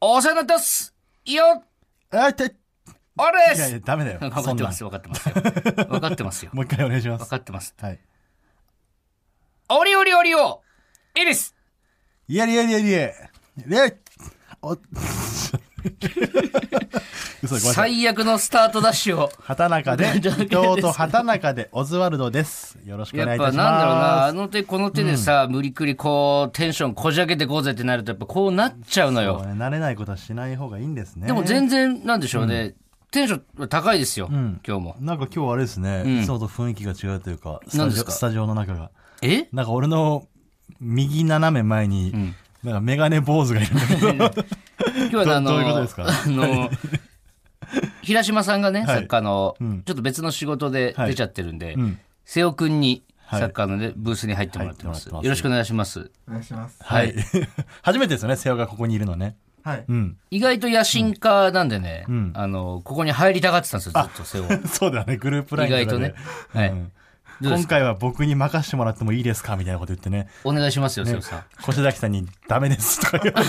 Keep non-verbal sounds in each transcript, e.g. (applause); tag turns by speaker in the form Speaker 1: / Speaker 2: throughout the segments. Speaker 1: お世話になってますよ
Speaker 2: あ、痛い
Speaker 1: あれで
Speaker 2: いやいや、
Speaker 1: す
Speaker 2: ダメだよ。
Speaker 1: 分か
Speaker 2: そ
Speaker 1: っ
Speaker 2: ん
Speaker 1: て
Speaker 2: な
Speaker 1: ま
Speaker 2: ん
Speaker 1: すよ、分かってますよ。分かってます
Speaker 2: (laughs)
Speaker 1: よ。
Speaker 2: もう一回お願いしま
Speaker 1: 分
Speaker 2: す。
Speaker 1: かってます。
Speaker 2: はい。
Speaker 1: オリオリオリオエリス
Speaker 2: いやいやいやいやで、 (laughs) お、嘘ごめんなさい。
Speaker 1: 最悪のスタートダッシュを。
Speaker 2: 畑中で、伊藤と畑中で、オズワルドです。よろしくお
Speaker 1: や
Speaker 2: 願い
Speaker 1: っ
Speaker 2: いた
Speaker 1: ぱなん
Speaker 2: します。
Speaker 1: だろうな、あの手この手でさ、無理くりこう、テンションこじ開けてこうぜってなると、やっぱこうなっちゃうのよ。
Speaker 2: そうね慣れないことはしない方がいいんですね。
Speaker 1: でも全然、なんでしょうね、テンション高いですよ、今日も。
Speaker 2: なんか今日あれですね、いつもと雰囲気が違うというか、ス
Speaker 1: 何で
Speaker 2: タジ
Speaker 1: す
Speaker 2: オ
Speaker 1: か
Speaker 2: スタジオの中が。
Speaker 1: え
Speaker 2: なんか俺の右斜め前に、なんかメガネ坊主がいるんだけど、
Speaker 1: 今日はね
Speaker 2: ど
Speaker 1: あの、
Speaker 2: どういうことですか
Speaker 1: あ
Speaker 2: (laughs)
Speaker 1: の、平島さんがね、
Speaker 2: はい
Speaker 1: 作家の、ちょっと別の仕事で
Speaker 2: はい
Speaker 1: 出ちゃってるんで、
Speaker 2: ん
Speaker 1: 瀬尾くんに、
Speaker 2: はい
Speaker 1: 作家のね、ブースに入ってもらってます。
Speaker 2: 入ってもらってます
Speaker 1: よろしくお願いします。
Speaker 3: お願いします。
Speaker 1: は
Speaker 2: はいい。 (laughs) 初めてですよね、瀬尾がここにいるのね。
Speaker 3: はい。
Speaker 2: うん。
Speaker 1: 意外と野心家なんでね、あの、ここに入りたがってたんですよ、ずっと瀬尾は。
Speaker 2: そうだよね、グ (laughs) ループライ
Speaker 1: 意
Speaker 2: ンとかで
Speaker 1: 外とね。。はい。どうで
Speaker 2: 今
Speaker 1: すか
Speaker 2: 回は僕に任せてもらってもいいですかみたいなこと言ってね、
Speaker 1: お願いしますよ、瀬尾さん。
Speaker 2: 越崎さんにダメですとか言わ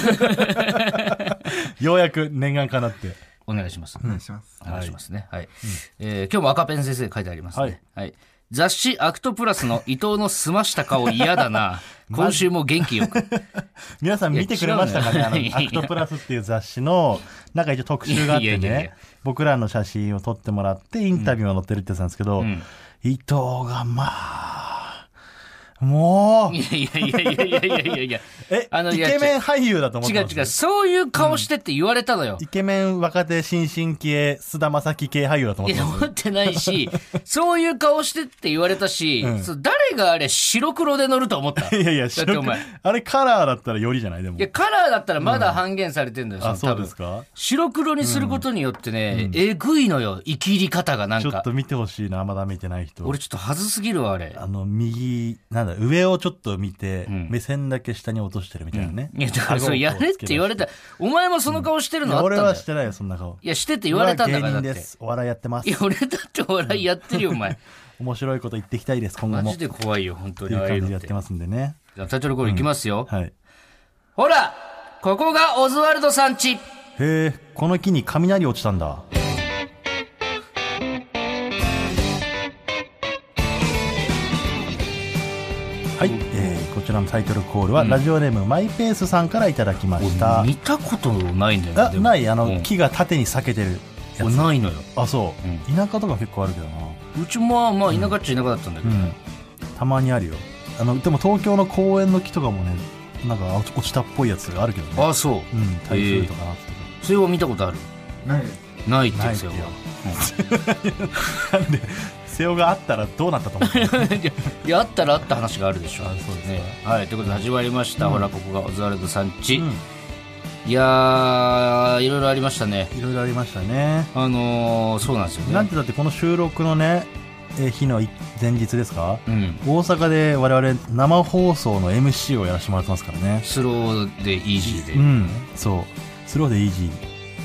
Speaker 2: れ
Speaker 1: (laughs)
Speaker 2: てようやく念願かなって。
Speaker 1: お願いします。
Speaker 3: お願いします。
Speaker 1: お願いしますね。はい。えー今日も赤ペン先生書いてありますね。はい。雑誌アクトプラスの伊藤の澄ました顔嫌だ
Speaker 2: (laughs)
Speaker 1: な。今週も元気よく。
Speaker 2: 皆さん見てくれましたか
Speaker 1: い
Speaker 2: ね
Speaker 1: や
Speaker 2: あの
Speaker 1: 違うのよ、
Speaker 2: アクトプラスっていう雑誌の、なんか一応特集があっ
Speaker 1: いや
Speaker 2: て
Speaker 1: いやいや
Speaker 2: ね、僕らの写真を撮ってもらって、インタビューも載ってるってやつなんですけど、伊藤がまあ、もう、
Speaker 1: いやいやいやいやいやいやいや
Speaker 2: え、
Speaker 1: あの
Speaker 2: イ
Speaker 1: いや
Speaker 2: ケメン俳優だと思って
Speaker 1: 違う
Speaker 2: ます
Speaker 1: 違う、そういう顔してって言われたのよ。
Speaker 2: イケメン若手新進気鋭、須田正樹系俳優だと思
Speaker 1: い
Speaker 2: って
Speaker 1: や、
Speaker 2: ます。
Speaker 1: 思ってないし、そういう顔してって言われたし、そう誰があれ白黒で乗ると思った。
Speaker 2: (laughs) いやい
Speaker 1: だっ
Speaker 2: や、
Speaker 1: てお
Speaker 2: 白く
Speaker 1: 前。
Speaker 2: あれカラーだったらよりじゃないでも
Speaker 1: い。や、カラーだったらまだ半減されてんのよ、
Speaker 2: あ、
Speaker 1: その多
Speaker 2: そう
Speaker 1: 分
Speaker 2: ですか
Speaker 1: 白黒にすることによってね、えぐいのよ、生きり方がなん
Speaker 2: ちょっ
Speaker 1: か。
Speaker 2: と見てほしいな、まだ見てない人。
Speaker 1: 俺ちょっとはずすぎるわ、あれ。
Speaker 2: あの、右、なんだ、上をちょっと見て、目線だけ下に落としてるみたいなね。
Speaker 1: いや、だから
Speaker 2: 顎を
Speaker 1: それやれって言われた。お前もその顔してる
Speaker 2: い
Speaker 1: のあ
Speaker 2: や
Speaker 1: ったん
Speaker 2: 俺
Speaker 1: だよ
Speaker 2: はし。てないよ、そんな顔。
Speaker 1: いや、してって言われたんだから、
Speaker 2: 俺
Speaker 1: だ
Speaker 2: は
Speaker 1: っ
Speaker 2: 芸人
Speaker 1: て
Speaker 2: で。す。お笑いやってま
Speaker 1: いや
Speaker 2: す。、
Speaker 1: 俺だってお笑いやってるよ、お前。
Speaker 2: 面白いこと言っていきたいです、今後
Speaker 1: マ
Speaker 2: も。っ
Speaker 1: ジ
Speaker 2: て
Speaker 1: で怖いよ、本当
Speaker 2: い
Speaker 1: に。
Speaker 2: う
Speaker 1: ああいう
Speaker 2: 感じ
Speaker 1: のっ
Speaker 2: でやってて。ますんでね。
Speaker 1: じゃあタイトルコールいきますよ。
Speaker 2: はい。へ
Speaker 1: ほらここがオズワルドさんち
Speaker 2: え、この木に雷落ちたんだ。はい、えーこちらのタイトルコールは、ラジオネームマイペースさんからいただきました。
Speaker 1: 見たことないんだよ
Speaker 2: あ
Speaker 1: でも
Speaker 2: ないあの、
Speaker 1: うん
Speaker 2: 木が縦に裂けてるや
Speaker 1: 俺
Speaker 2: つ
Speaker 1: ないのよ。
Speaker 2: あそう、
Speaker 1: うん
Speaker 2: 田舎とか結構あるけどな
Speaker 1: うちもまあ、田舎っちゃ田舎だったんだけ
Speaker 2: う
Speaker 1: ど。
Speaker 2: んたまにあるよあのでも東京の公園の木とかもねなんか落ち落ちたっぽいやつがあるけどね
Speaker 1: ああ、そ
Speaker 2: うん台風とかなってて
Speaker 1: う。それは見たことある。
Speaker 3: ないです。
Speaker 1: ないって言う
Speaker 2: ない
Speaker 1: ん
Speaker 2: っ
Speaker 1: です
Speaker 2: て
Speaker 1: よ
Speaker 2: よ。なんで瀬尾があったらどうなったと思う
Speaker 1: (laughs) いやあったらあった話があるでしょ
Speaker 2: あそうですか
Speaker 1: ねはいということで始まりました、ほらここがオズワルドさんち、
Speaker 2: うん
Speaker 1: いやーいろいろありましたね
Speaker 2: いろいろありましたね
Speaker 1: あのー、そうなんですよ
Speaker 2: なん
Speaker 1: ね
Speaker 2: てだってこの収録のねえー日の前日ですか
Speaker 1: うん
Speaker 2: 大阪で我々生放送の MC をやらせてもらってますからね
Speaker 1: スローでイージーで、
Speaker 2: うんそうスローでイージー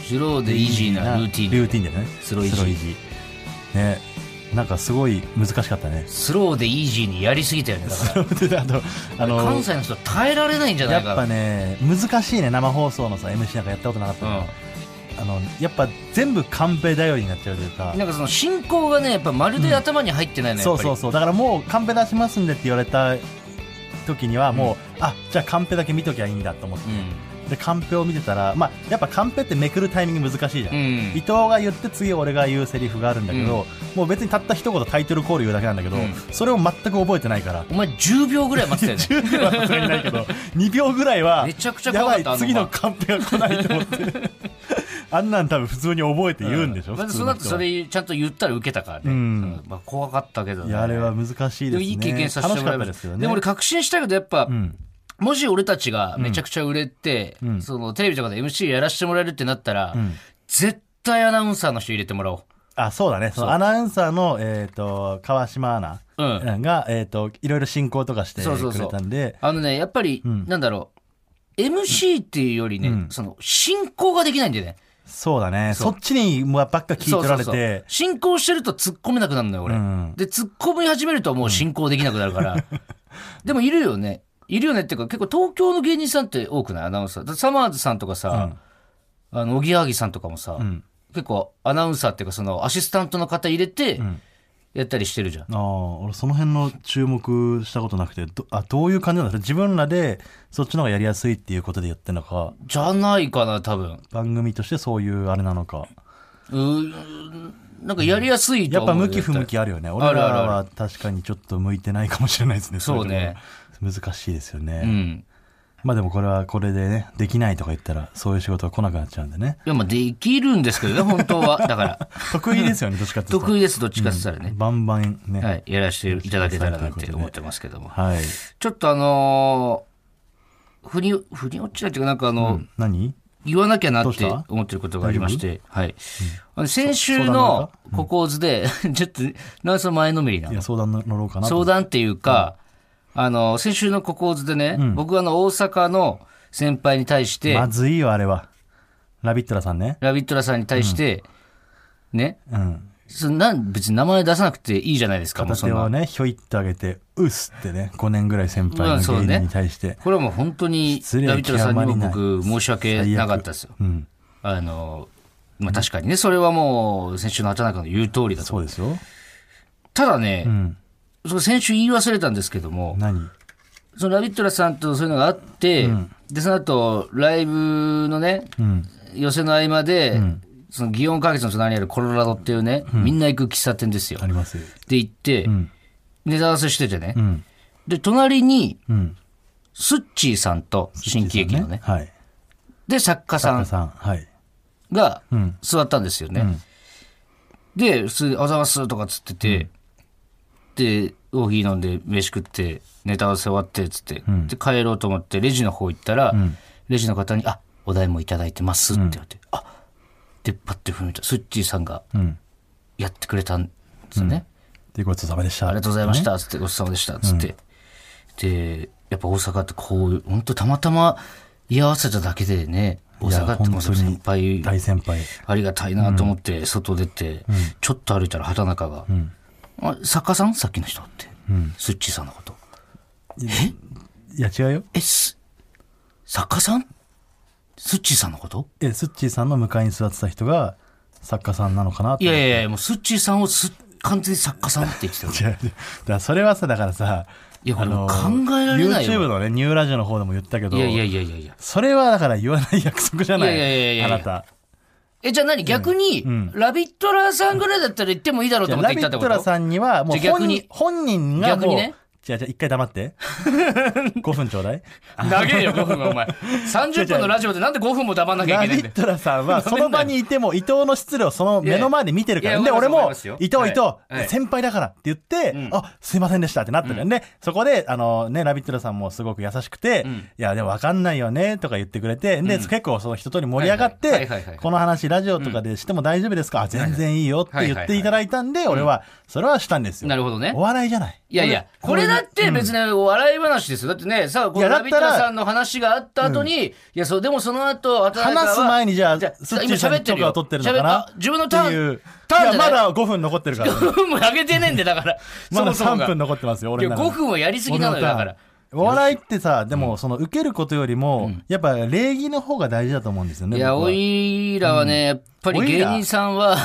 Speaker 1: スローでイージーなルーティン
Speaker 2: ルーティンだよね
Speaker 1: スローイージー
Speaker 2: ねなんかすごい難しかったね
Speaker 1: スローでイージーにやりすぎたよねだか
Speaker 2: であとあ
Speaker 1: ら
Speaker 2: の
Speaker 1: 関西の人は耐えられないんじゃな
Speaker 2: や
Speaker 1: い
Speaker 2: っ
Speaker 1: か
Speaker 2: ぱ
Speaker 1: な
Speaker 2: ね難しいね生放送のさ MC なんかやったことなかったから、あのやっぱ全部カンペ頼りになっちゃうというか
Speaker 1: うん、なんかその進行がねやっぱまるで頭に入ってないのよ、
Speaker 2: そう
Speaker 1: やっぱり
Speaker 2: そうそうだからもうカンペ出しますんでって言われた時にはもう、あじゃあカンペだけ見ときゃいいんだと思って、でカンペを見てたら、まあ、やっぱカンペってめくるタイミング難しいじゃん
Speaker 1: う、ん、
Speaker 2: 伊藤が言って次俺が言うセリフがあるんだけど、もう別にたった一言タイトルコール言うだけなんだけど、
Speaker 1: うん
Speaker 2: それを全く覚えてな
Speaker 1: (laughs)
Speaker 2: いから
Speaker 1: お前10秒ぐらい待ってたよね
Speaker 2: 10秒はさすがにないけど2秒ぐらいは
Speaker 1: めちゃくちゃ
Speaker 2: や
Speaker 1: 怖か
Speaker 2: ば
Speaker 1: った
Speaker 2: い次のカンペが来ないと思って
Speaker 1: (laughs)
Speaker 2: あんなん多分普通に覚えて言うんでしょ、
Speaker 1: ま
Speaker 2: 普
Speaker 1: ずそ
Speaker 2: 通
Speaker 1: の
Speaker 2: の
Speaker 1: 後
Speaker 2: 人は
Speaker 1: それちゃんと言ったら受けたからね、
Speaker 2: うん
Speaker 1: うんまあ、怖かったけど、
Speaker 2: い
Speaker 1: ね、
Speaker 2: やあれは難しい
Speaker 1: でも
Speaker 2: ですね
Speaker 1: いい経験させて
Speaker 2: 楽し
Speaker 1: もら
Speaker 2: か
Speaker 1: いま
Speaker 2: ったです
Speaker 1: す
Speaker 2: けどね
Speaker 1: でも俺確信したけどやっぱ、
Speaker 2: うん
Speaker 1: もし俺たちがめちゃくちゃ売れて、
Speaker 2: ん
Speaker 1: そのテレビとかで MC やらせてもらえるってなったら、
Speaker 2: ん
Speaker 1: 絶対アナウンサーの人入れてもらおう。
Speaker 2: あそうだねそのアナウンサーの、えー、と川島アナ
Speaker 1: う
Speaker 2: が、えー、といろいろ進行とかしてく
Speaker 1: そうそうそう
Speaker 2: れたんで
Speaker 1: あのね、やっぱり、なんだろう、MC っていうよりね、その、進行ができないんだよね。
Speaker 2: そうだねそっちにもうばっか聞い取られて
Speaker 1: そうそうそう進行してると突っ込めなくなるのよ、俺。
Speaker 2: うん
Speaker 1: で、突っ込み始めるともう進行できなくなる
Speaker 2: (laughs)
Speaker 1: から。でもいるよね。いるよねっていうか、結構東京の芸人さんって多くないアナウンサー。だってサマーズさんとかさ、あの、おぎやはぎさんとかもさ、
Speaker 2: うん
Speaker 1: 結構アナウンサーっていうか、その、アシスタントの方入れて、やったりしてるじゃん。
Speaker 2: ああ俺その辺の注目したことなくてどあどういう感じなんですか自分らでそっちの方がやりやすいっていうことでやってるのか
Speaker 1: じゃないかな、多分。
Speaker 2: 番組としてそういうあれなのか
Speaker 1: うーんなんかやりやすいと
Speaker 2: や
Speaker 1: は
Speaker 2: っ
Speaker 1: 思う
Speaker 2: ぱ
Speaker 1: よ
Speaker 2: 向き不向きあるよね俺
Speaker 1: ある
Speaker 2: ら
Speaker 1: あるある
Speaker 2: は確かにちょっと向いてないかもしれないですね
Speaker 1: そうね
Speaker 2: そういうところ難しいですよね、
Speaker 1: うん。
Speaker 2: まあでもこれはこれでねできないとか言ったらそういう仕事が来なくなっちゃうんでね
Speaker 1: いや、まあ、できるんですけどね、本当は。だ
Speaker 2: (laughs)
Speaker 1: から、
Speaker 2: 得意ですよねどっちかっていうと
Speaker 1: 得意です、どっちかって言ったらね。
Speaker 2: バンバンね
Speaker 1: はい、やらせていただけたらなっ
Speaker 2: というこ
Speaker 1: て
Speaker 2: とで
Speaker 1: 思ってますけども。
Speaker 2: はい、
Speaker 1: ちょっとあのー、ふに、ふに落ちないっていうか、なんかあの、
Speaker 2: 何
Speaker 1: 言わなきゃな
Speaker 2: どう
Speaker 1: っ
Speaker 2: してた
Speaker 1: 思ってることがありまして、はい。あの先週
Speaker 2: そ相談
Speaker 1: のココーズで、 (laughs) ちょっと、なんでその前のめりないの
Speaker 2: や相談乗ろうかなと
Speaker 1: 相談っていうか、あの、先週のココーズでね、僕はあの、大阪の先輩に対して、
Speaker 2: まずいよあれはラビットラさんね
Speaker 1: ラビットラさんに対して、ね、
Speaker 2: うん
Speaker 1: そんなん別に名前出さなくていいじゃないですか、もう
Speaker 2: 片
Speaker 1: そ
Speaker 2: 手
Speaker 1: んな
Speaker 2: をねひょいってあげて「うっす」ってね5年ぐらい先輩の
Speaker 1: うんそうね
Speaker 2: 芸人に対して、
Speaker 1: これはもう本当に
Speaker 2: 失礼
Speaker 1: ラビットラさんに
Speaker 2: 極ま
Speaker 1: も
Speaker 2: りない
Speaker 1: 僕申し訳なかったですよ。
Speaker 2: うん
Speaker 1: あの、まあ、確かにね、それはもう先週の畑中の言う通りだと。
Speaker 2: そうですよ
Speaker 1: ただね
Speaker 2: う、ん
Speaker 1: それ先週言い忘れたんですけども、
Speaker 2: 何
Speaker 1: そのラビットラさんとそういうのがあって、で、その後、ライブのね、
Speaker 2: うん
Speaker 1: 寄せの合間で、その祇園花月の隣にあるコロラドっていうね、みんな行く喫茶店ですよ
Speaker 2: あ。りますよ
Speaker 1: で行って、
Speaker 2: ん
Speaker 1: ネタ合わせしててね。
Speaker 2: うん
Speaker 1: で、隣に、
Speaker 2: うん
Speaker 1: スッチーさんと、新喜劇のね。
Speaker 2: はい
Speaker 1: で、作家さ
Speaker 2: 高
Speaker 1: ん
Speaker 2: さんはい
Speaker 1: が
Speaker 2: うん
Speaker 1: 座ったんですよね。で、普通に、あざますとかつってて、で、コーヒー飲んで飯食って、ネタ合わせ終わって、つって、で、帰ろうと思って、レジの方行ったら、レジの方に、あ、お代もいただいてますって言われて、あ、で、パッて踏みた、スッチーさんが
Speaker 2: うん
Speaker 1: やってくれたんですよね。
Speaker 2: でごちそうさまでした
Speaker 1: ありがとうございました、つって、ごちそうさまでした、つって。で、やっぱ大阪ってこういう、本当たまたま居合わせただけでね、大阪ってもう先輩、
Speaker 2: 大先輩
Speaker 1: ありがたいなと思って、外出て、ちょっと歩いたら畑中が、あ作家さんさっきの人って、スッチーさんのこと。
Speaker 2: いや違うよ
Speaker 1: え、す、作家さんスッチーさんのこと
Speaker 2: えスッチーさんの向かいに座ってた人が作家さんなのかなと
Speaker 1: い
Speaker 2: 思
Speaker 1: や
Speaker 2: って。
Speaker 1: いやいや、もうスッチーさんをす完全に作家さんって言ってたの
Speaker 2: (laughs) 違う違うだからそれはさだからさ
Speaker 1: いや
Speaker 2: あの
Speaker 1: 俺考えられないよ
Speaker 2: YouTube のねニューラジオの方でも言ったけど
Speaker 1: いやいやいやいやいや。
Speaker 2: それはだから言わない約束じゃない
Speaker 1: いやいやいやいや
Speaker 2: あなた
Speaker 1: え、じゃあ何逆に、ラビットラーさんぐらいだったら言ってもいいだろう
Speaker 2: じ
Speaker 1: と
Speaker 2: ゃあ
Speaker 1: 思っ
Speaker 2: ラ
Speaker 1: て
Speaker 2: ビ
Speaker 1: 言ったっ
Speaker 2: ッ
Speaker 1: て
Speaker 2: ト
Speaker 1: こ
Speaker 2: ラ
Speaker 1: と
Speaker 2: さんにはもう
Speaker 1: じゃあ
Speaker 2: 本
Speaker 1: 逆に
Speaker 2: 人本人が
Speaker 1: 逆に
Speaker 2: もう
Speaker 1: ね
Speaker 2: じゃあじゃあ一回黙って (laughs) 5分ちょうだい
Speaker 1: 長えよ、5分はお前。30分のラジオでなんで5分も黙んなきゃ
Speaker 2: ラ
Speaker 1: いけない
Speaker 2: ビ
Speaker 1: んだ
Speaker 2: ッ
Speaker 1: よ。
Speaker 2: トラさんはその場にいても伊藤の失礼をその目の前で見てるか
Speaker 1: いや
Speaker 2: ら
Speaker 1: い
Speaker 2: で
Speaker 1: や
Speaker 2: 俺
Speaker 1: わかり
Speaker 2: も
Speaker 1: ますよ
Speaker 2: 伊藤伊藤
Speaker 1: はいはい
Speaker 2: 先輩だからって言って
Speaker 1: ん
Speaker 2: あすいませんでしたってなったじゃんでそこであのねラビットラさんもすごく優しくて
Speaker 1: ん
Speaker 2: いやでも分かんないよねとか言ってくれてで結構その一通り盛り上
Speaker 1: はい
Speaker 2: がっ
Speaker 1: はい
Speaker 2: て
Speaker 1: はいはいはい
Speaker 2: この話ラジオとかでしても大丈夫ですかあ全然いいよって言っていただいたんで俺はそれはしたんですよ
Speaker 1: なるほどね
Speaker 2: お笑いじゃない
Speaker 1: いやいや、これだって別に笑い話ですよ。だってね、さあ、こ
Speaker 2: い
Speaker 1: の
Speaker 2: やだ
Speaker 1: ラ
Speaker 2: った
Speaker 1: ビ
Speaker 2: ら
Speaker 1: ットラさんの話があった後に、いや、そう、でもその後、渡辺さんは
Speaker 2: 話す前にじゃあ、
Speaker 1: じゃあ
Speaker 2: スッチーさんに許可を取ってるのか
Speaker 1: 喋っ
Speaker 2: な
Speaker 1: あ自分のターン
Speaker 2: っていう
Speaker 1: ターンじゃ
Speaker 2: いや、
Speaker 1: ない
Speaker 2: まだ5分残ってる
Speaker 1: (laughs)
Speaker 2: から。
Speaker 1: 5分も上げてねえんで、だから。
Speaker 2: まだ
Speaker 1: そもそもが
Speaker 2: 3分残ってますよ、俺の
Speaker 1: いや5
Speaker 2: 中で。
Speaker 1: 分はやりすぎなのよ、
Speaker 2: 俺
Speaker 1: だ
Speaker 2: の
Speaker 1: か
Speaker 2: ターン
Speaker 1: ら。
Speaker 2: お笑いってさ、でも、その、受けることよりも、やっぱ、礼儀の方が大事だと思うんですよね。
Speaker 1: いや、
Speaker 2: 僕は
Speaker 1: おいらはね、やっぱり
Speaker 2: おい
Speaker 1: 芸
Speaker 2: ら
Speaker 1: 人さん
Speaker 2: (laughs)
Speaker 1: は、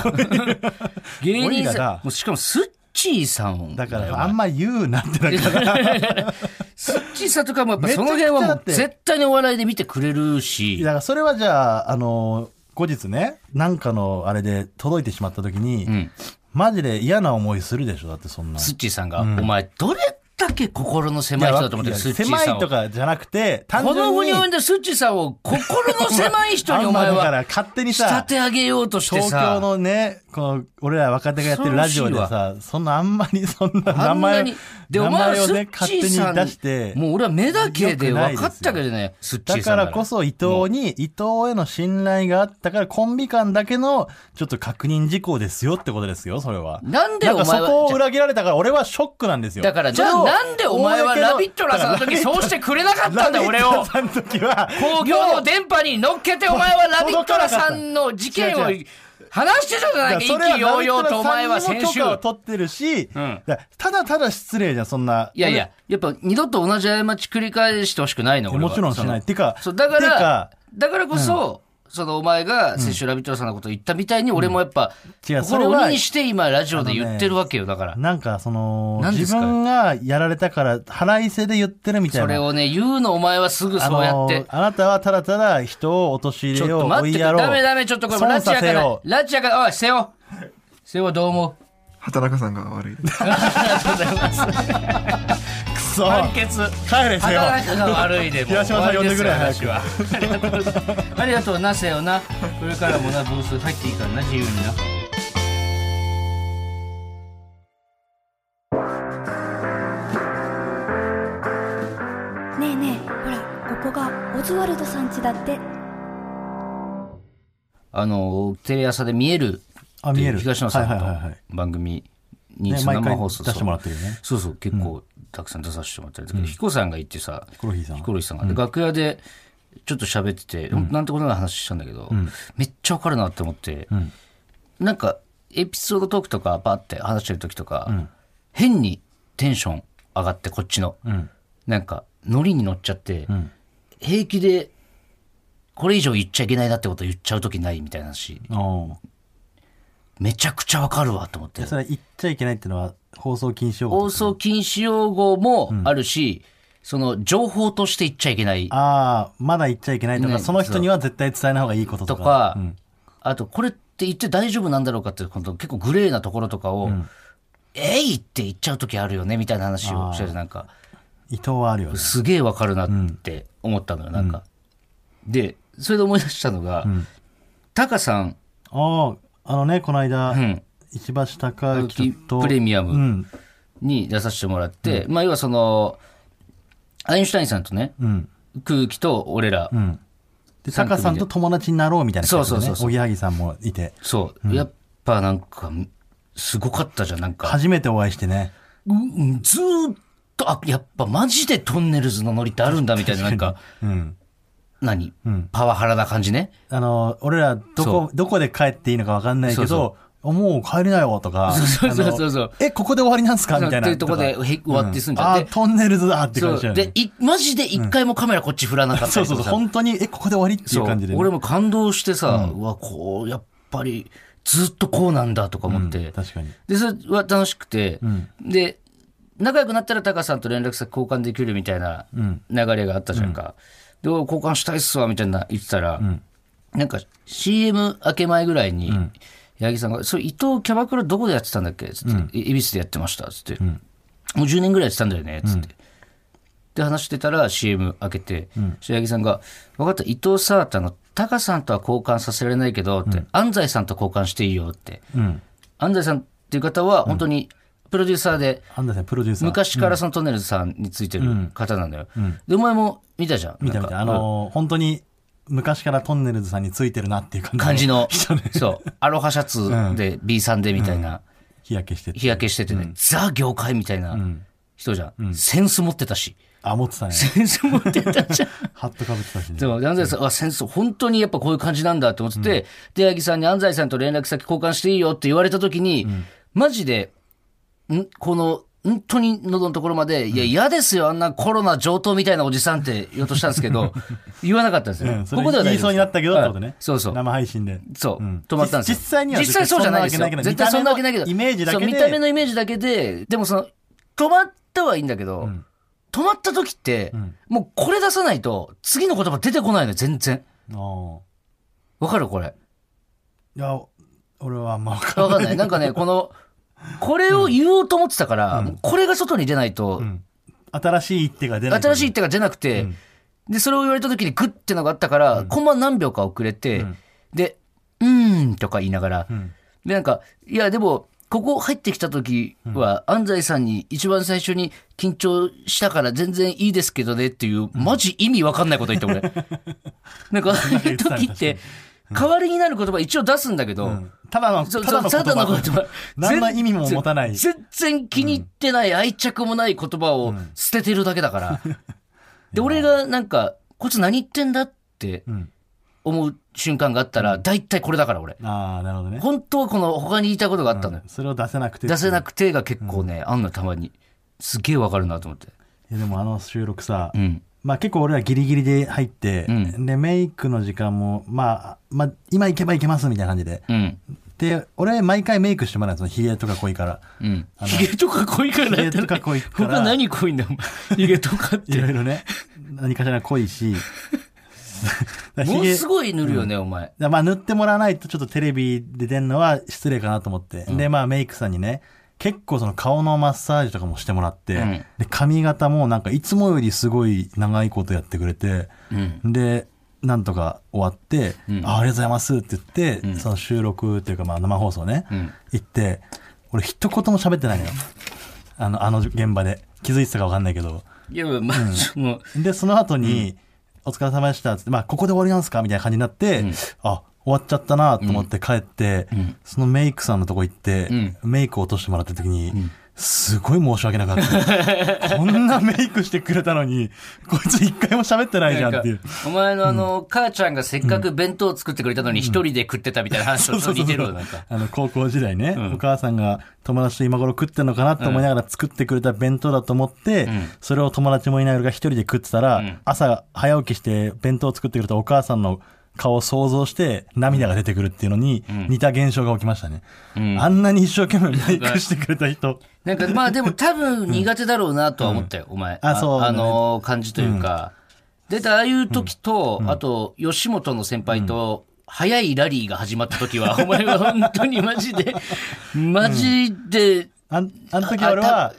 Speaker 1: 芸
Speaker 2: おい
Speaker 1: 人
Speaker 2: ら
Speaker 1: さ
Speaker 2: だ
Speaker 1: ん、もうしかもスッチーさんを
Speaker 2: だか
Speaker 1: よ
Speaker 2: ら、あんま言うなってだ
Speaker 1: (laughs)
Speaker 2: から、
Speaker 1: スッチーさんとかもやっぱ
Speaker 2: めち
Speaker 1: そ
Speaker 2: ゃ
Speaker 1: の
Speaker 2: くちゃ
Speaker 1: 辺はも
Speaker 2: だ
Speaker 1: う
Speaker 2: って
Speaker 1: 絶対にお笑いで見てくれる
Speaker 2: い
Speaker 1: し
Speaker 2: や、だからそれはじゃあ、あの、後日ね、なんかのあれで届いてしまった時に、
Speaker 1: ん
Speaker 2: マジで嫌な思いするでしょ、だってそんな。
Speaker 1: スッチーさんが、お前どれだけ心の狭い人だと思ってる
Speaker 2: い
Speaker 1: ス
Speaker 2: や
Speaker 1: ッチー
Speaker 2: 狭
Speaker 1: さん
Speaker 2: い
Speaker 1: を。
Speaker 2: とかじゃなくて、単
Speaker 1: こ
Speaker 2: 純に。
Speaker 1: のに及んでスッチーさんを心の狭い人にお前
Speaker 2: (laughs) あんまだか
Speaker 1: は
Speaker 2: ら勝手に
Speaker 1: 仕立
Speaker 2: さ、
Speaker 1: て上げようとして
Speaker 2: 東京
Speaker 1: さ、
Speaker 2: のね、この、俺ら若手がやってるラジオでさ、そんなあんまりそんな
Speaker 1: あ
Speaker 2: 名
Speaker 1: んなに
Speaker 2: 前、、
Speaker 1: で、お
Speaker 2: 名
Speaker 1: 前は
Speaker 2: 前を
Speaker 1: ス
Speaker 2: ね、
Speaker 1: ッ
Speaker 2: 勝
Speaker 1: チ
Speaker 2: 手
Speaker 1: ー
Speaker 2: に
Speaker 1: さ
Speaker 2: 出して
Speaker 1: ん、、もう俺は目だけで
Speaker 2: 良くない
Speaker 1: 分
Speaker 2: です
Speaker 1: か
Speaker 2: よ
Speaker 1: ったけどね、スッチー
Speaker 2: だ
Speaker 1: さ
Speaker 2: か
Speaker 1: んな
Speaker 2: らこそ伊藤に、伊藤への信頼があったから、コンビ間だけの、ちょっと確認事項ですよってことですよ、それは。
Speaker 1: なんで
Speaker 2: な
Speaker 1: お
Speaker 2: んか
Speaker 1: 前
Speaker 2: そこを
Speaker 1: は、
Speaker 2: 裏切られたから、俺はショックなんですよ。
Speaker 1: だから、じゃあ
Speaker 2: それを
Speaker 1: なんでお前は
Speaker 2: 公の
Speaker 1: ラビットラさんの時そうしてくれなかったんだよ、俺を
Speaker 2: ラビッ。トラさんの時は、
Speaker 1: 公共の電波に乗っけてお前はラビットラさんの事件を
Speaker 2: 違う違
Speaker 1: 話してたじゃないか意気揚々とお前は先週
Speaker 2: 許可を取ってるし、
Speaker 1: ん
Speaker 2: だからただただ失礼じゃん、そんな。
Speaker 1: いやいややっぱ二度と同じ過ち繰り返してほしくないの
Speaker 2: 俺。
Speaker 1: 俺は
Speaker 2: もちろんしない。
Speaker 1: そ
Speaker 2: てか
Speaker 1: の、そうだか
Speaker 2: て
Speaker 1: ら
Speaker 2: か
Speaker 1: だからこそ、そのお前が先週ラビットラさんのこと言ったみたいに、俺もやっぱ、
Speaker 2: 違うそれ
Speaker 1: 心
Speaker 2: は
Speaker 1: を鬼にして今ラジオで言ってるわけよ、だから。
Speaker 2: なんか、その、
Speaker 1: 何で
Speaker 2: 自
Speaker 1: すか
Speaker 2: 分がやられたから、腹いせで言ってるみたいな。
Speaker 1: それをね、言うのお前はすぐそうやっ
Speaker 2: あの
Speaker 1: て
Speaker 2: ー。あなたはただただ人を陥
Speaker 1: ち
Speaker 2: れ
Speaker 1: ょっ
Speaker 2: よう、
Speaker 1: と
Speaker 2: 追
Speaker 1: 待っ
Speaker 2: い
Speaker 1: てく
Speaker 2: や
Speaker 1: れ。
Speaker 2: ろう。
Speaker 1: ダメダメ、ちょっとこれ、ラチ
Speaker 2: 損
Speaker 1: や
Speaker 2: さ
Speaker 1: か
Speaker 2: せ
Speaker 1: ら
Speaker 2: よ、う。
Speaker 1: ラチやから、おい、せよ。せよ、どう思う
Speaker 3: 働かさんが悪い。
Speaker 2: (laughs) くそ
Speaker 1: 判決。
Speaker 2: 帰れせよ。
Speaker 1: 働くが悪いでも。
Speaker 2: 東山さん呼んでくれ
Speaker 1: 終わりですよ話はありがとうございますありがとうな、せよな。これからもな、ブース入っていいからな、自由にな。
Speaker 4: ねえねえほらここがオズワルドさん家だって
Speaker 1: あの、テレ朝で見える。
Speaker 2: あ見える
Speaker 1: 東野さ
Speaker 2: はいはいはいは
Speaker 1: ん
Speaker 2: い
Speaker 1: と番組に
Speaker 2: ね、
Speaker 1: その
Speaker 2: 毎
Speaker 1: 生
Speaker 2: 回
Speaker 1: 放
Speaker 2: 出
Speaker 1: 送
Speaker 2: してもらってるよね。
Speaker 1: そうそう、結構たくさん出させてもらったりだけど、ヒコさんが行ってさ、
Speaker 2: ヒコロヒーさん
Speaker 1: ヒコロヒーさんが。で楽屋でちょっと喋ってて、なんてことない話したんだけど、めっちゃわかるなって思って、なんか、エピソードトークとかバーって話してる時とか、変にテンション上がってこっちの、なんか、ノリに乗っちゃって、平気で、これ以上言っちゃいけないなってこと言っちゃう時ないみたいな話、
Speaker 2: おう
Speaker 1: めちゃくちゃわかるわと思って
Speaker 2: で。それ言っちゃいけないってのは、放送禁止用語
Speaker 1: 放
Speaker 2: とか。
Speaker 1: 送禁止用語もあるし、その情報として言っちゃいけない
Speaker 2: ああ、まだ言っちゃいけないとか、
Speaker 1: ね
Speaker 2: その人には絶対伝えない方がいいことと
Speaker 1: と
Speaker 2: か。
Speaker 1: か、あとこれって言って大丈夫なんだろうかっていうこの結構グレーなところとかを、えいって言っちゃう時あるよねみたいな話をしててなんか
Speaker 2: 伊藤はあるよね。
Speaker 1: すげえわかるなって思ったのよ、なんか。で、それで思い出したのが、タカさん、
Speaker 2: ああ、あのね、この間、
Speaker 1: ん
Speaker 2: 石橋貴
Speaker 1: プ
Speaker 2: 之と、
Speaker 1: レミアム、
Speaker 2: うん、
Speaker 1: に出させてもらって、まあ要はその、アインシュタインさんとね、
Speaker 2: ん
Speaker 1: 空気と俺ら、
Speaker 2: で、タカさんと友達になろうみたいな企画でね
Speaker 1: そうそうそうそう
Speaker 2: おぎやはぎさんもいて、
Speaker 1: そう、やっぱなんか、すごかったじゃん、なんか。
Speaker 2: 初めてお会いしてね、
Speaker 1: ううんずーっと、あ、やっぱマジでトンネルズのノリってあるんだみたいな、なんか、
Speaker 2: (laughs) うん。
Speaker 1: 何、パワハラな感じね。
Speaker 2: あの、俺ら、どこ、どこで帰っていいのか分かんないけ
Speaker 1: そ
Speaker 2: ど、
Speaker 1: うそ
Speaker 2: あもう帰れないわとか、
Speaker 1: そうそうそうそう
Speaker 2: あの
Speaker 1: そう
Speaker 2: え、ここで終わりなんすかみたい
Speaker 1: っ
Speaker 2: な。
Speaker 1: ていうとこでへ
Speaker 2: か
Speaker 1: 終わってすんじゃん。
Speaker 2: あ
Speaker 1: で
Speaker 2: ー、トンネルズだって
Speaker 1: そ
Speaker 2: 感
Speaker 1: う
Speaker 2: じだよ
Speaker 1: で
Speaker 2: ね。
Speaker 1: いマジで一回もカメラこっち振らなかったりとかさ
Speaker 2: そうそうそう、本当に、え、ここで終わりっていう感じで、ね。
Speaker 1: 俺も感動してさ、うわ、こう、やっぱり、ずっとこうなんだとか思って。
Speaker 2: 確かに。
Speaker 1: で、それは楽しくて、で、仲良くなったらタカさんと連絡先交換できるみたいな流れがあったじゃんか。で、お交換したいっすわ、みたいな言ってたら、なんか CM 明け前ぐらいに、八木さんが、それ伊藤キャバクラどこでやってたんだっけつって、い恵比寿でやってました、つって。もう10年ぐらいやってたんだよね、つって。で話してたら CM 開けて、白木さんが「分かった伊藤さあのタカさんとは交換させられないけど」って、安西さんと交換していいよ」って、安西さんっていう方は本当にプロデューサーで、
Speaker 2: アンダーさん、プロデューサー。
Speaker 1: 昔からそのトンネルズさんについてる方なんだよ、でお前も見たじゃん
Speaker 2: 見
Speaker 1: な
Speaker 2: た見
Speaker 1: ん
Speaker 2: た。
Speaker 1: か
Speaker 2: あのー本当に、昔からトンネルズさんについてるなっていう感じ
Speaker 1: 感じ (laughs) の
Speaker 2: 人ね
Speaker 1: そうアロハシャツで B さんでみたいな、
Speaker 2: 日焼けしてて。
Speaker 1: 日焼けしててね、ザ業界みたいな人じゃん、センス持ってたし
Speaker 2: あ、持ってたね。
Speaker 1: (laughs) センス持ってたじゃん
Speaker 2: ハットかぶってたしね
Speaker 1: で。も、安西さん、あ、センス、本当にやっぱこういう感じなんだって思ってて、で、八木さんに安西さんと連絡先交換していいよって言われた時に、マジで、んこの、本当に喉のところまで、いや、嫌ですよ、あんなコロナ上等みたいなおじさんって言おうとしたんですけ
Speaker 2: (laughs)
Speaker 1: ど、言わなかったんですよ。
Speaker 2: うん、そ
Speaker 1: こ
Speaker 2: れ
Speaker 1: こでは大丈夫です
Speaker 2: 言いそうになったけどってことね。
Speaker 1: はいそうそう。
Speaker 2: 生配信で。
Speaker 1: そう、
Speaker 2: ん
Speaker 1: 止まったんですよ
Speaker 2: 実際には
Speaker 1: 実際そうじゃないですよ
Speaker 2: そんなわけないけど
Speaker 1: 絶対そんなわけないけど
Speaker 2: 見た目のイメ
Speaker 1: そう見
Speaker 2: ージだけで
Speaker 1: た目のイメージだけででもその止まったはいいんだけど、止まった時って、もうこれ出さないと次の言葉出てこないのよ全然
Speaker 2: あ
Speaker 1: わかるこれ
Speaker 2: あ。いや、俺はあんま分かん
Speaker 1: わかんないなんかねこのこれを言おうと思ってたから、もうこれが外に出ないと、
Speaker 2: ない。新しい一手が出ない。
Speaker 1: 新しい
Speaker 2: い。
Speaker 1: 手が出なくて、でそれを言われた時にグッてのがあったから、コンマ何秒か遅れて、で「うーん」とか言いながら、でなんかいやでもここ入ってきた時は、安西さんに一番最初に緊張したから全然いいですけどねっていう、マジ意味わかんないこと言って (laughs) 俺なんかああいう時って代わりになる言葉一応出すんだけど、
Speaker 2: ただの、
Speaker 1: そう
Speaker 2: た
Speaker 1: そ
Speaker 2: だ
Speaker 1: う
Speaker 2: の
Speaker 1: ただの言
Speaker 2: 言葉。
Speaker 1: 葉。
Speaker 2: 何の意味も持たない
Speaker 1: 全然気に入ってない、愛着もない言葉を捨ててるだけだ
Speaker 2: (laughs)
Speaker 1: から。で、俺がなんか、こいつ何言ってんだって
Speaker 2: ん
Speaker 1: 思う瞬間があったら、大体これだから俺。
Speaker 2: ああ、なるほどね。
Speaker 1: 本当はこの他に言いたいことがあったのよ。
Speaker 2: それを出せなくて。
Speaker 1: 出せなくてが結構ね、あんのたまに。すげえわかるなと思って。
Speaker 2: いやでもあの収録さ
Speaker 1: う、ん。
Speaker 2: まあ結構俺らギリギリで入って、
Speaker 1: うん
Speaker 2: で、メイクの時間も、まあ、まあ、今行けば行けますみたいな感じで。
Speaker 1: うん。
Speaker 2: で、俺毎回メイクしてもらうんですよ。ヒゲとか濃いから。
Speaker 1: うん。
Speaker 2: あの
Speaker 1: ヒゲとか濃いからやった。
Speaker 2: ヒゲとから濃いから
Speaker 1: 他何濃いんだお前ヒゲとかっ
Speaker 2: いろい
Speaker 1: て。
Speaker 2: ろね。何かしら濃い
Speaker 1: (laughs)
Speaker 2: し。だから
Speaker 1: も
Speaker 2: ヒ
Speaker 1: の
Speaker 2: ゲ
Speaker 1: すごい塗るよね、お前。
Speaker 2: だまあ塗ってもらわないとちょっとテレビで出るのは失礼かなと思って、でまあメイクさんにね結構その顔のマッサージとかもしてもらって、
Speaker 1: うん
Speaker 2: で髪型もなんかいつもよりすごい長いことやってくれて、
Speaker 1: うん。
Speaker 2: でなんとか終わって、
Speaker 1: うん
Speaker 2: あ「ありがとうございます」って言って、
Speaker 1: うん
Speaker 2: その収録というかまあ生放送ね、
Speaker 1: うん
Speaker 2: 行って俺一言も喋ってないのよあのあの現場で気づいてたか分かんないけど
Speaker 1: いや、まあ、その、
Speaker 2: で、その後に、お疲れ様でしたっつって、まあ、ここで終わりなんすかみたいな感じになって、
Speaker 1: うん
Speaker 2: あ、終わっちゃったなと思って帰って、
Speaker 1: うん
Speaker 2: そのメイクさんのとこ行って、
Speaker 1: うん
Speaker 2: メイク落としてもらった時に、すごい申し訳なか
Speaker 1: (laughs)
Speaker 2: った。こんなメイクしてくれたのに、こいつ一回も喋ってないじゃんっていう。
Speaker 1: お前のあの、母ちゃんがせっかく弁当作ってくれたのに一人で食ってたみたいな話と似てるわ、なんか。
Speaker 2: あの、高校時代ね、
Speaker 1: ん
Speaker 2: お母さんが友達と今頃食ってんのかなと思いながら作ってくれた弁当だと思って、
Speaker 1: ん
Speaker 2: それを友達もいない俺が一人で食ってたら、
Speaker 1: ん
Speaker 2: 朝早起きして弁当を作ってくれたお母さんの顔を想像して涙が出てくるっていうのに似た現象が起きましたね。あんなに一生懸命メイクしてくれた人。
Speaker 1: なんか、まあでも多分苦手だろうなとは思ったよ、お前。
Speaker 2: あそう
Speaker 1: あ
Speaker 2: だね
Speaker 1: の、感じというか。で、ああいう時と、あと、吉本の先輩と、早いラリーが始まった時は、 (laughs) お前は本当にマジで、マジで、
Speaker 2: あん、あの時俺は、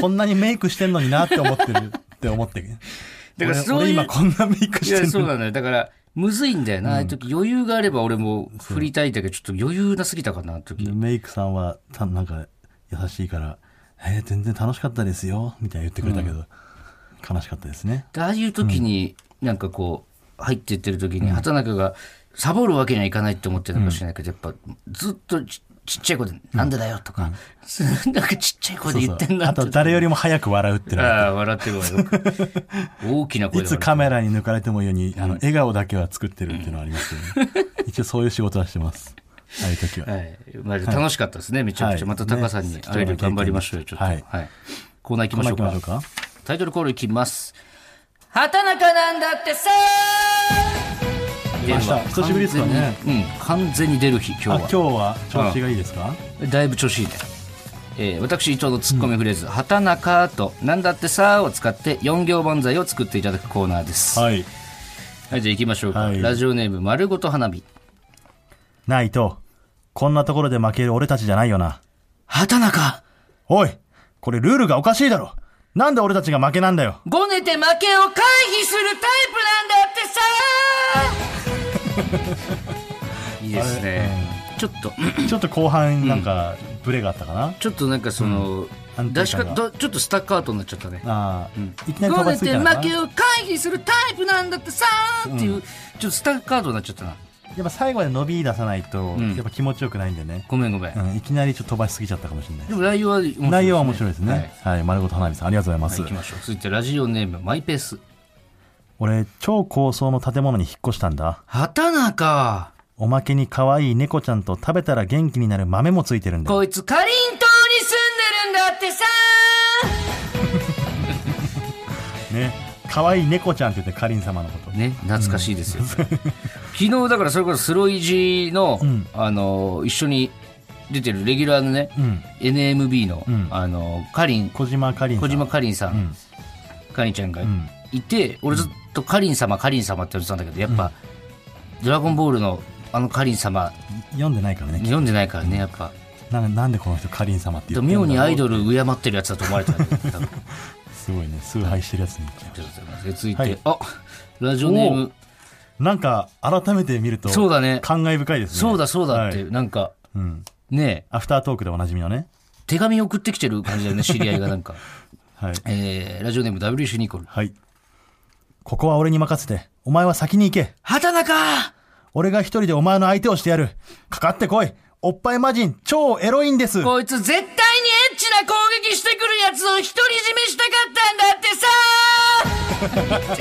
Speaker 2: こんなにメイクしてんのになって思ってるって思ってる。
Speaker 1: (laughs) だからそういう
Speaker 2: 俺俺今こんなメイク
Speaker 1: い
Speaker 2: して
Speaker 1: や、
Speaker 2: んの
Speaker 1: そう
Speaker 2: に。
Speaker 1: なのよ。だから、むずいんだよな。ああいう時余裕があれば俺も振りたいんだけど、ちょっと余裕なすぎたかな、あの時。
Speaker 2: でメイクさんはたなんか優しいから「えー全然楽しかったですよ」みたいな言ってくれたけど、悲しかったですね
Speaker 1: でああいう時に、なんかこう、入っていってる時に、畑中が、サボるわけにはいかないって思ってるのかもしれないけど、やっぱ、ずっとちちっちゃい声で、なんでだよとか、 (laughs) なんかちっちゃい声で言ってんな
Speaker 2: あ
Speaker 1: って。
Speaker 2: と誰よりも早く笑うっていうのが
Speaker 1: ああ、笑ってるわよ。大きな声
Speaker 2: い
Speaker 1: で
Speaker 2: つ
Speaker 1: 笑
Speaker 2: カメラに抜かれてもいいようにあの笑顔だけは作ってるっていうのはありますけど、ね一応そういう仕事はしてますああいう時は、
Speaker 1: う。はい。まあ、楽しかったですね、めちゃくち
Speaker 2: は
Speaker 1: ゃ。
Speaker 2: い
Speaker 1: また高さんに
Speaker 2: ね
Speaker 1: 会えるよう頑張りましょうよ、ちょっと。は
Speaker 2: はいい。
Speaker 1: コーナー行き
Speaker 2: こ
Speaker 1: ま
Speaker 2: ん
Speaker 1: し
Speaker 2: な
Speaker 1: ょ
Speaker 2: 行
Speaker 1: う
Speaker 2: き
Speaker 1: か
Speaker 2: ましょう。か
Speaker 1: タイトルコールいきます。畑中なんだってさ
Speaker 2: 出ました久しぶりですかね
Speaker 1: 完全にうん、完全に出る日、今日
Speaker 2: あ
Speaker 1: は
Speaker 2: 今。日は調子がいいですか、
Speaker 1: だいぶ調子いいね、えー私伊藤のツッコミフレーズ「畑中」と「なんだってさ」を使って4行万歳を作っていただくコーナーですはい、
Speaker 2: はい
Speaker 1: じゃあ行きましょうか、
Speaker 2: はい
Speaker 1: ラジオネーム「丸ごと花火
Speaker 2: ないとこんなところで負ける俺たちじゃないよな」
Speaker 1: 畑中
Speaker 2: おいこれルールがおかしいだろなんで俺たちが負けなんだよ
Speaker 1: ごねて負けを回避するタイ
Speaker 2: (laughs)
Speaker 1: プなんだってさいいですね、ちょっと
Speaker 2: ちょっと後半なんかブレがあったかな、
Speaker 1: ちょっとなんかその、
Speaker 2: うん
Speaker 1: 出し
Speaker 2: 安定感
Speaker 1: 方ちょっとスタッカートになっちゃったね
Speaker 2: ああ、いきなり
Speaker 1: ご
Speaker 2: 飛ば
Speaker 1: ね
Speaker 2: しすぎ
Speaker 1: て
Speaker 2: たのか
Speaker 1: 負
Speaker 2: な
Speaker 1: け
Speaker 2: や
Speaker 1: を回避するタイプなんだってさっていう、ちょっとスタッカートになっちゃったな
Speaker 2: っぱ最後まで伸び出さないと、
Speaker 1: ん
Speaker 2: やっぱ気持ちよくないんでね、
Speaker 1: ごめんごめん、
Speaker 2: うん、いきなりちょっと飛ばしすぎちゃったかもしれない
Speaker 1: でも内容は面白いですね、
Speaker 2: 内容は面白いですね
Speaker 1: は
Speaker 2: はいい、丸ごと花火さんありがとうございます、
Speaker 1: 行きましょう続いてラジオネームマイペース
Speaker 2: 俺超高層の建物に引っ越したんだ
Speaker 1: 畑中
Speaker 2: おまけに可愛い猫ちゃんと食べたら元気になる豆もついてるんだよ
Speaker 1: こいつかりんとうに住んでるんだってさ
Speaker 2: ね可愛い猫ちゃんって言ってかりん様のこと、
Speaker 1: ね懐かしいですよ、 (laughs) 昨日だからそれこそスロイジの、
Speaker 2: ん
Speaker 1: あの一緒に出てるレギュラーのね、
Speaker 2: うん
Speaker 1: NMB の、
Speaker 2: うん
Speaker 1: あのかりん
Speaker 2: 小島かりんさ
Speaker 1: 小
Speaker 2: ん
Speaker 1: 島かりんさん、
Speaker 2: うん
Speaker 1: かりんちゃんが
Speaker 2: うん
Speaker 1: いて、俺ずっとかりん様かりん様って言ってたんだけどやっぱ、ドラゴンボールのあのかりん様
Speaker 2: 読んでないからね
Speaker 1: 読んでないからねやっぱ
Speaker 2: なんなんでこの人かりん様って言ってんだ
Speaker 1: 妙
Speaker 2: ろう
Speaker 1: にアイドル敬ってるやつだと思われたんだけど多分
Speaker 2: すごいね崇拝してるやつに言っちゃう
Speaker 1: ちょっと待って続いて、
Speaker 2: はい
Speaker 1: あラジオネーム
Speaker 2: なんか改めて見ると
Speaker 1: そうだね
Speaker 2: 感慨深いですね
Speaker 1: そうだそうだっ
Speaker 2: は
Speaker 1: て、
Speaker 2: い
Speaker 1: なんか
Speaker 2: うん、
Speaker 1: ねえ
Speaker 2: アフタートークでおなじみのね
Speaker 1: 手紙送ってきてる感じだよね知り合いがなんか (laughs)
Speaker 2: はい、
Speaker 1: えー、ラジオネーム WC ニコル
Speaker 2: はい、ここは俺に任せてお前は先に行け
Speaker 1: 畑中
Speaker 2: 俺が一人でお前の相手をしてやるかかってこいおっぱい魔人超エロいんです
Speaker 1: こいつ絶対にエッチな攻撃してくるやつを独り占めしたかっ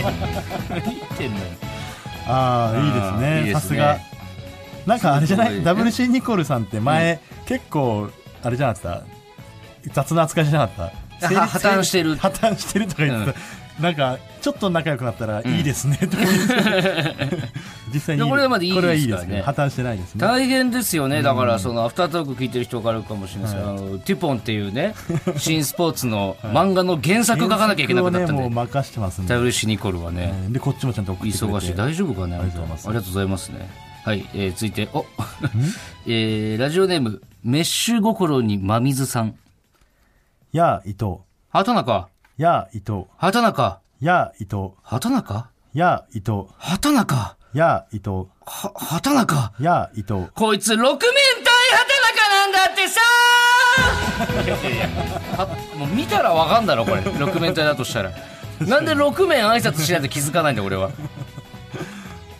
Speaker 1: たんだってさ何言ってんのよ
Speaker 2: ああいいですね
Speaker 1: あー
Speaker 2: さすが
Speaker 1: いいです
Speaker 2: なんかあれじゃない
Speaker 1: すごいね
Speaker 2: WC ニコルさんって前、結構あれじゃなかった雑な扱いじゃなかった
Speaker 1: (laughs) あは破綻してる
Speaker 2: (laughs) 破綻してるとか言ってた、なんか、ちょっと仲良くなったらいいですね、とか言って (laughs) 実際に
Speaker 1: いやこれはまだいいですからね
Speaker 2: これ破綻してないですね。
Speaker 1: 大変ですよね、だからそのアフタートーク聞いてる人があるかもしれないですけど、あのテュポンっていうね、 (laughs) 新スポーツの漫画の原作書かなきゃいけなくなったん
Speaker 2: 原作をね、
Speaker 1: で
Speaker 2: もう、任してますんで。
Speaker 1: ダブルシニコルはね、
Speaker 2: うんで、こっちもちゃんと送ってくれて
Speaker 1: 忙しい大丈夫かねあ
Speaker 2: ありがとうございます
Speaker 1: りがとうございますねはい、えー、続いてお (laughs) えー、ラジオネームメッシュ心に真水さん
Speaker 2: やあ、伊藤。
Speaker 1: 畑中
Speaker 2: やあ、伊藤。
Speaker 1: 畑中
Speaker 2: やあ、伊藤。
Speaker 1: 畑中
Speaker 2: やあ、伊藤。
Speaker 1: 畑中
Speaker 2: やあ、伊藤。
Speaker 1: は畑中
Speaker 2: やあ、伊藤。
Speaker 1: こいつ六面体畑中なんだってさ (laughs) はもう見たらわかんだろこれ六面体だとした
Speaker 2: (laughs)
Speaker 1: らなんで六面挨拶しないと気づかないんだ俺は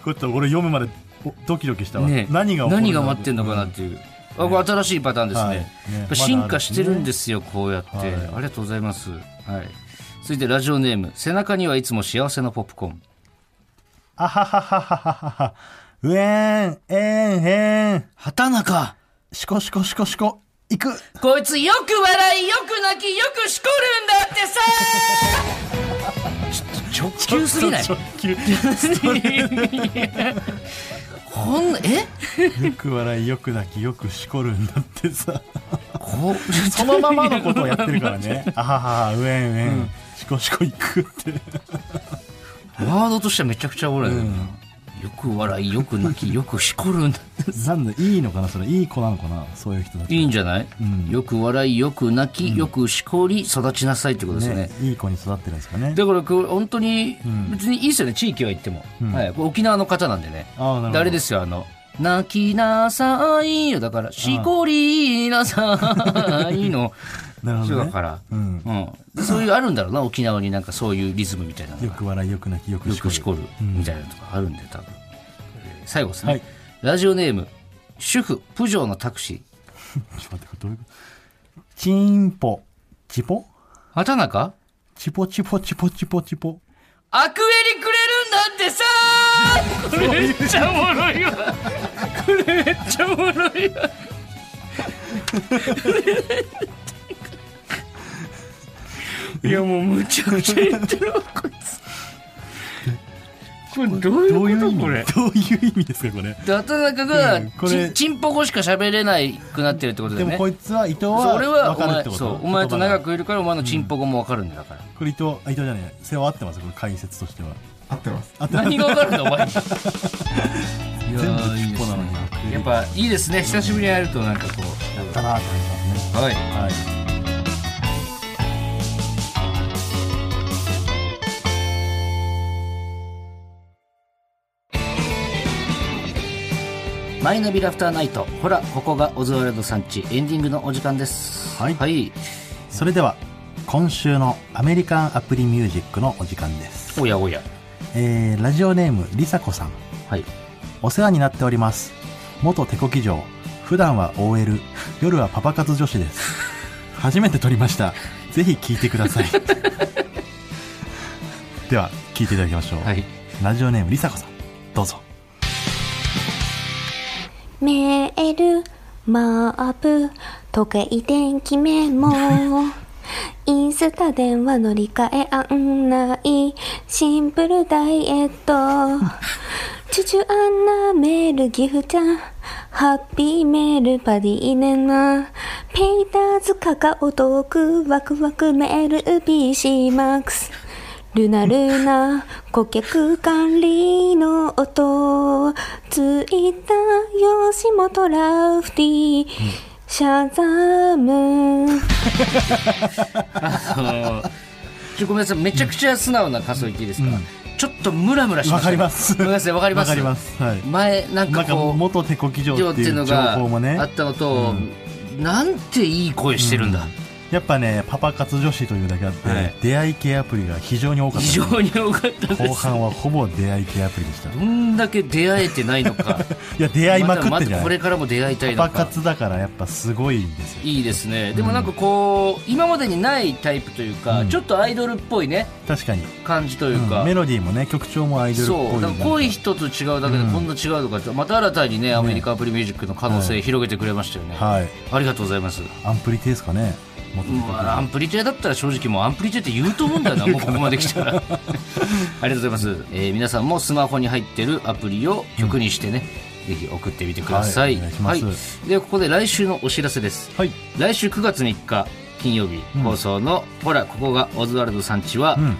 Speaker 2: これちょっと俺読むまでおドキドキしたわ。
Speaker 1: ね、
Speaker 2: 何が起こる
Speaker 1: 何が待ってんのかなっていう、あこれ新しいパターンですね,、
Speaker 2: はいね
Speaker 1: やっぱ
Speaker 2: まだあるんですね
Speaker 1: 進化してるんですよこうやって、
Speaker 2: はい
Speaker 1: ありがとうございます、はい、続いてラジオネーム「背中にはいつも幸せのポップコーン
Speaker 2: あははははははは。うえん、えん、へん。」
Speaker 1: 畑中
Speaker 2: しこしこしこしこ。行く。
Speaker 1: こいつよく笑いよく泣きよくしこるんだってさちょ直球すぎない
Speaker 2: ちょっと直球
Speaker 1: (laughs) こんえ
Speaker 2: よく笑い、よく泣き、よくしこるんだって
Speaker 1: (laughs)
Speaker 2: さ。
Speaker 1: こ
Speaker 2: そのままのことをやってるからね。あははは、うえん、うえん。しこしこ行くって。
Speaker 1: ワードとしてはめちゃくちゃおもろいけどなよく笑いよく泣きよ (laughs) くしこるんだ
Speaker 2: なんだ、いいのかなそれ、いい子なのかなそういう人だと。
Speaker 1: いいんじゃない、よく笑いよく泣きよくしこり育ちなさいってことですね
Speaker 2: ね、いい子に育ってるんですかね。
Speaker 1: だからこれ本当に別にいいですよね、地域は行っても、はい、これ沖縄の方なんでね
Speaker 2: あーなるほど
Speaker 1: 誰ですよあの「泣きなさいよ」だから「しこりなさいの」
Speaker 2: (laughs) なるほ
Speaker 1: 人
Speaker 2: ど、
Speaker 1: だ
Speaker 2: ね。
Speaker 1: から、
Speaker 2: うん。
Speaker 1: うん、そういうあるんだろうな沖縄になんかそういうリズムみたいなのが
Speaker 2: よく笑い、よく泣き、よく
Speaker 1: よ
Speaker 2: しこ
Speaker 1: く
Speaker 2: る。
Speaker 1: しこるみたいなのとかあるんで多分、えー最後ですね、
Speaker 2: はい
Speaker 1: ラジオネーム主婦プジョーのタクシー
Speaker 2: ちょっと待って、これどういうことチンポ、チポ
Speaker 1: 畑中
Speaker 2: チポチポチポチポチポ。
Speaker 1: アクエリくれるんだってさーこれめっちゃおもろいわこれめっちゃおもろいわいやもうむちゃくちゃ言ってるわこいつこれどう
Speaker 2: どう
Speaker 1: い
Speaker 2: いう
Speaker 1: こ
Speaker 2: う意
Speaker 1: と
Speaker 2: 味
Speaker 1: これ
Speaker 2: どういう意味ですか、これ。
Speaker 1: で畑中が
Speaker 2: うんこれ
Speaker 1: ちちんぽこしか喋れないくなってるってことだ
Speaker 2: で
Speaker 1: よ
Speaker 2: も
Speaker 1: ね
Speaker 2: こいつは伊藤
Speaker 1: そう
Speaker 2: は
Speaker 1: 俺は
Speaker 2: 分
Speaker 1: お
Speaker 2: かるっ
Speaker 1: 前
Speaker 2: てこと
Speaker 1: そうお前と長
Speaker 2: く
Speaker 1: くいるからお前のちんぽこも分かるんだよだから、
Speaker 2: これ伊藤あ伊藤じゃない背負ってますこれ解説としては
Speaker 3: 合ってます
Speaker 1: 何が分かるんだお前い
Speaker 2: (laughs)
Speaker 1: や
Speaker 2: 全部尻尾なのに
Speaker 1: いいですねやっぱいいですね久しぶりに会えるとなんかこ
Speaker 2: だなと思いますね
Speaker 1: うはい
Speaker 2: はい
Speaker 1: マイナビラフターナイトほらここがオズワルドさんちエンディングのお時間です
Speaker 2: はい
Speaker 1: はい、
Speaker 2: それでは今週のアメリカンアプリミュージックのお時間です、
Speaker 1: おやおや
Speaker 2: えー、ラジオネームりさこさん
Speaker 1: はい
Speaker 2: お世話になっております元手こき嬢普段は OL 夜はパパ活女子です初めて撮りましたぜひ聞いてく
Speaker 1: (laughs)
Speaker 2: ださいでは聞いていただきましょう、
Speaker 1: はい
Speaker 2: ラジオネームりさこさんどうぞ
Speaker 4: メール、マープ、時計電気メ (laughs) モ。インスタ電話乗り換え案内、シンプルダイエッ (laughs) ト。チュチュアンナメールギフちゃん、ハッピーメールパディネナ、ペイターズカカオトーク、ワクワクメール PC マックス。ルナルナ、顧客管理の音、ツイッター、吉本ラフティ、シャザーム。
Speaker 1: あのちょごめんなさいめちゃくちゃ素直な感想言っていいですか、ちょっとムラムラしま
Speaker 2: わ
Speaker 1: した
Speaker 2: かります
Speaker 1: ごめんなさいわかります
Speaker 2: わかりますはい
Speaker 1: 前なん
Speaker 2: な
Speaker 1: か
Speaker 2: んか
Speaker 1: こう
Speaker 2: 元手こき嬢
Speaker 1: 量っ
Speaker 2: ってて
Speaker 1: い
Speaker 2: いうう
Speaker 1: の
Speaker 2: 情
Speaker 1: が
Speaker 2: 報もね
Speaker 1: あったのと、なんていい声してるんだ、
Speaker 2: やっぱねパパ活女子というだけあって、
Speaker 1: はい
Speaker 2: 出会い系アプリが非常に多かった
Speaker 1: 非常に良かったで
Speaker 2: 後
Speaker 1: す
Speaker 2: 半はほぼ出会い系アプリでしたい
Speaker 1: どんだけ出会えてないのか
Speaker 2: や (laughs) 出会いまくっ
Speaker 1: まだ
Speaker 2: てんじ
Speaker 1: まだ
Speaker 2: ゃな
Speaker 1: これ
Speaker 2: い
Speaker 1: からも出会いたいの
Speaker 2: パパ
Speaker 1: か
Speaker 2: 活だからやっぱすごいんですよ
Speaker 1: いいですねでもなんかこう、今までにないタイプというか、
Speaker 2: うん
Speaker 1: ちょっとアイドルっぽいね
Speaker 2: 確かに、
Speaker 1: 感じという
Speaker 2: う
Speaker 1: か、
Speaker 2: んメロディーもね曲調もアイドルっぽい
Speaker 1: そうだから濃い人と違うだけで
Speaker 2: うん
Speaker 1: こんな違うとかって、また新たにねアメリカアプリミュージックの可能性広げてくれましたよね、
Speaker 2: はい
Speaker 1: ありがとうございます
Speaker 2: アンプリテですかねもっと
Speaker 1: もうアンプリチュアだったら正直もうアンプリチュアって言うと思うん
Speaker 2: (laughs)
Speaker 1: だよなもうここまで来たらありがとうございます、えー皆さんもスマホに入ってるアプリを曲にしてね、ぜひ送ってみてください、
Speaker 2: はいお願いします
Speaker 1: はいではここで来週のお知らせです
Speaker 2: はい
Speaker 1: 来週9月3日金曜日放送の「ほらここがオズワルドさんちは」
Speaker 2: ん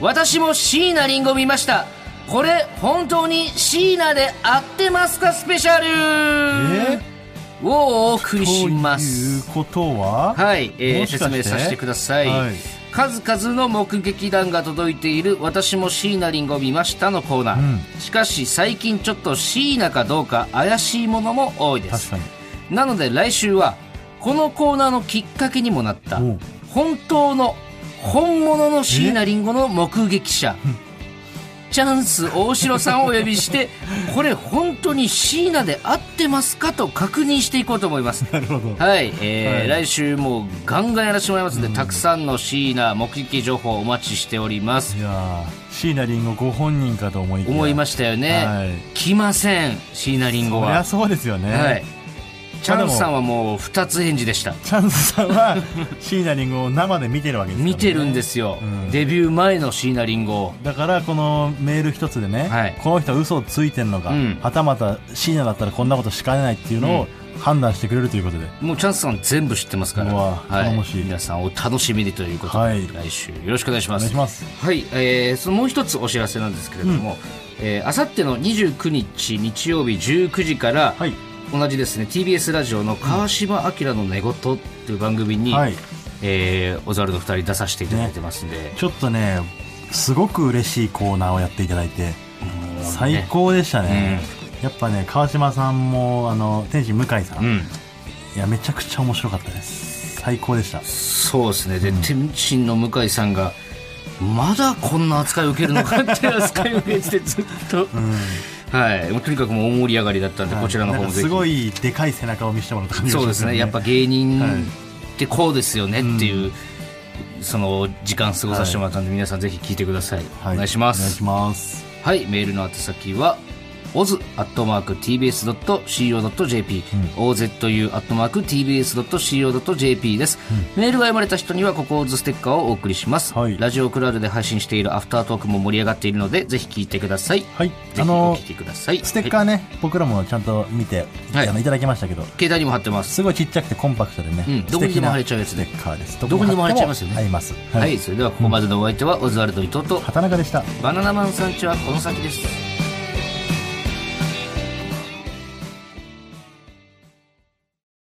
Speaker 1: 私も椎名林檎見ましたこれ本当に椎名で合ってますかスペシャル
Speaker 2: え
Speaker 1: をお送りしま
Speaker 2: とい
Speaker 1: す
Speaker 2: うことは
Speaker 1: はい、えー
Speaker 2: もしか
Speaker 1: 説
Speaker 2: して
Speaker 1: 明させてください、
Speaker 2: はい
Speaker 1: 数々の目撃談が届いている「私も椎名林檎見ました」のコーナー、しかし最近ちょっと椎名かどうか怪しいものも多いです
Speaker 2: 確かに
Speaker 1: なので来週はこのコーナーのきっかけにもなった
Speaker 2: おう
Speaker 1: 本当の本物の椎名林檎の目撃者チャンス大城さんをお呼びして
Speaker 2: (laughs)
Speaker 1: これ本当に椎名で合ってますかと確認していこうと思います。
Speaker 2: なるほど
Speaker 1: はい、えー
Speaker 2: はい
Speaker 1: 来週もガンガンやらせてもらいますので、たくさんの椎名目撃情報お待ちしております
Speaker 2: い。やー椎名林檎ご本人かと思いきや
Speaker 1: 思いましたよね。
Speaker 2: はい
Speaker 1: 来ません、椎名林檎
Speaker 2: そりゃ
Speaker 1: は。
Speaker 2: そうですよね、
Speaker 1: はい。チャンスさんはもう二つ返事でした。
Speaker 2: チャンスさんは椎名林檎を生で見てるわけですからね
Speaker 1: 見てるんですよ、
Speaker 2: うん
Speaker 1: デビュー前の椎名林檎を
Speaker 2: だからこのメール一つでね、
Speaker 1: はい
Speaker 2: この人は嘘をついてるのか、
Speaker 1: うん
Speaker 2: はたまた椎名だったらこんなことしかねないっていうのを判断してくれるということで、
Speaker 1: もうチャンスさん全部知ってますから、
Speaker 2: うわ
Speaker 1: はい、
Speaker 2: 頼もしい
Speaker 1: 皆さんお楽しみにということで、
Speaker 2: はい
Speaker 1: 来週よろしくお願いし
Speaker 2: お
Speaker 1: ま
Speaker 2: 願い
Speaker 1: す
Speaker 2: します
Speaker 1: はい、えー、そのもう一つお知らせなんですけれども、えーあさっての29日日曜日19時から、
Speaker 2: はい
Speaker 1: 同じですね TBS ラジオの川島明の寝言という番組に、
Speaker 2: はい
Speaker 1: えー、オザルの二人出させていただいてますんで、
Speaker 2: ちょっとねすごく嬉しいコーナーをやっていただいて
Speaker 1: もうね
Speaker 2: 最高でしたね、やっぱね川島さんもあの天心向井さん、
Speaker 1: う
Speaker 2: い
Speaker 1: ん
Speaker 2: やめちゃくちゃ面白かったです最高でした
Speaker 1: そうですねで、天心の向井さんがまだこんな扱いを受けるのかっていう扱いを受けてずっと、はい、もうとにかくもう大盛り上がりだったんで、こちらの方
Speaker 2: な
Speaker 1: も
Speaker 2: んか
Speaker 1: ぜ
Speaker 2: す
Speaker 1: ひ
Speaker 2: ごいでかい背中を見せてもらった感じが
Speaker 1: そう
Speaker 2: しま
Speaker 1: ですす
Speaker 2: よ
Speaker 1: ねやっぱ芸人ってこうですよねっていう、その時間過ごさせてもらったんで、皆さんぜひ聞いてください、
Speaker 2: は
Speaker 1: お願いしま
Speaker 2: お願い
Speaker 1: す
Speaker 2: します
Speaker 1: はい、メールの宛先は、oz.tbs.co.jp、ozu.tbs.co.jp です、メールが読まれた人には、ここオズステッカーをお送りします、
Speaker 2: はい
Speaker 1: ラジオクラウドで配信しているアフタートークも盛り上がっているので、ぜひ聞いてください。
Speaker 2: はい
Speaker 1: ぜひ
Speaker 2: あ
Speaker 1: お
Speaker 2: の
Speaker 1: 聞きください。
Speaker 2: ステッ
Speaker 1: は
Speaker 2: カーね、僕らもちゃんと見て、
Speaker 1: はい
Speaker 2: い、あのいただきましたけど、
Speaker 1: い携帯にも貼ってます。
Speaker 2: すごいちっちゃくてコンパクトでね、
Speaker 1: うんどこにでも貼れちゃうやつね
Speaker 2: ステッカーです。
Speaker 1: どこにでも貼れちゃいますよね
Speaker 2: どこに貼っても合います。
Speaker 1: は、
Speaker 2: はいい。
Speaker 1: それではここまでのお相手は、オズワルド伊藤と、
Speaker 2: 畑中でした。
Speaker 1: バナナマンさんちはこの先です。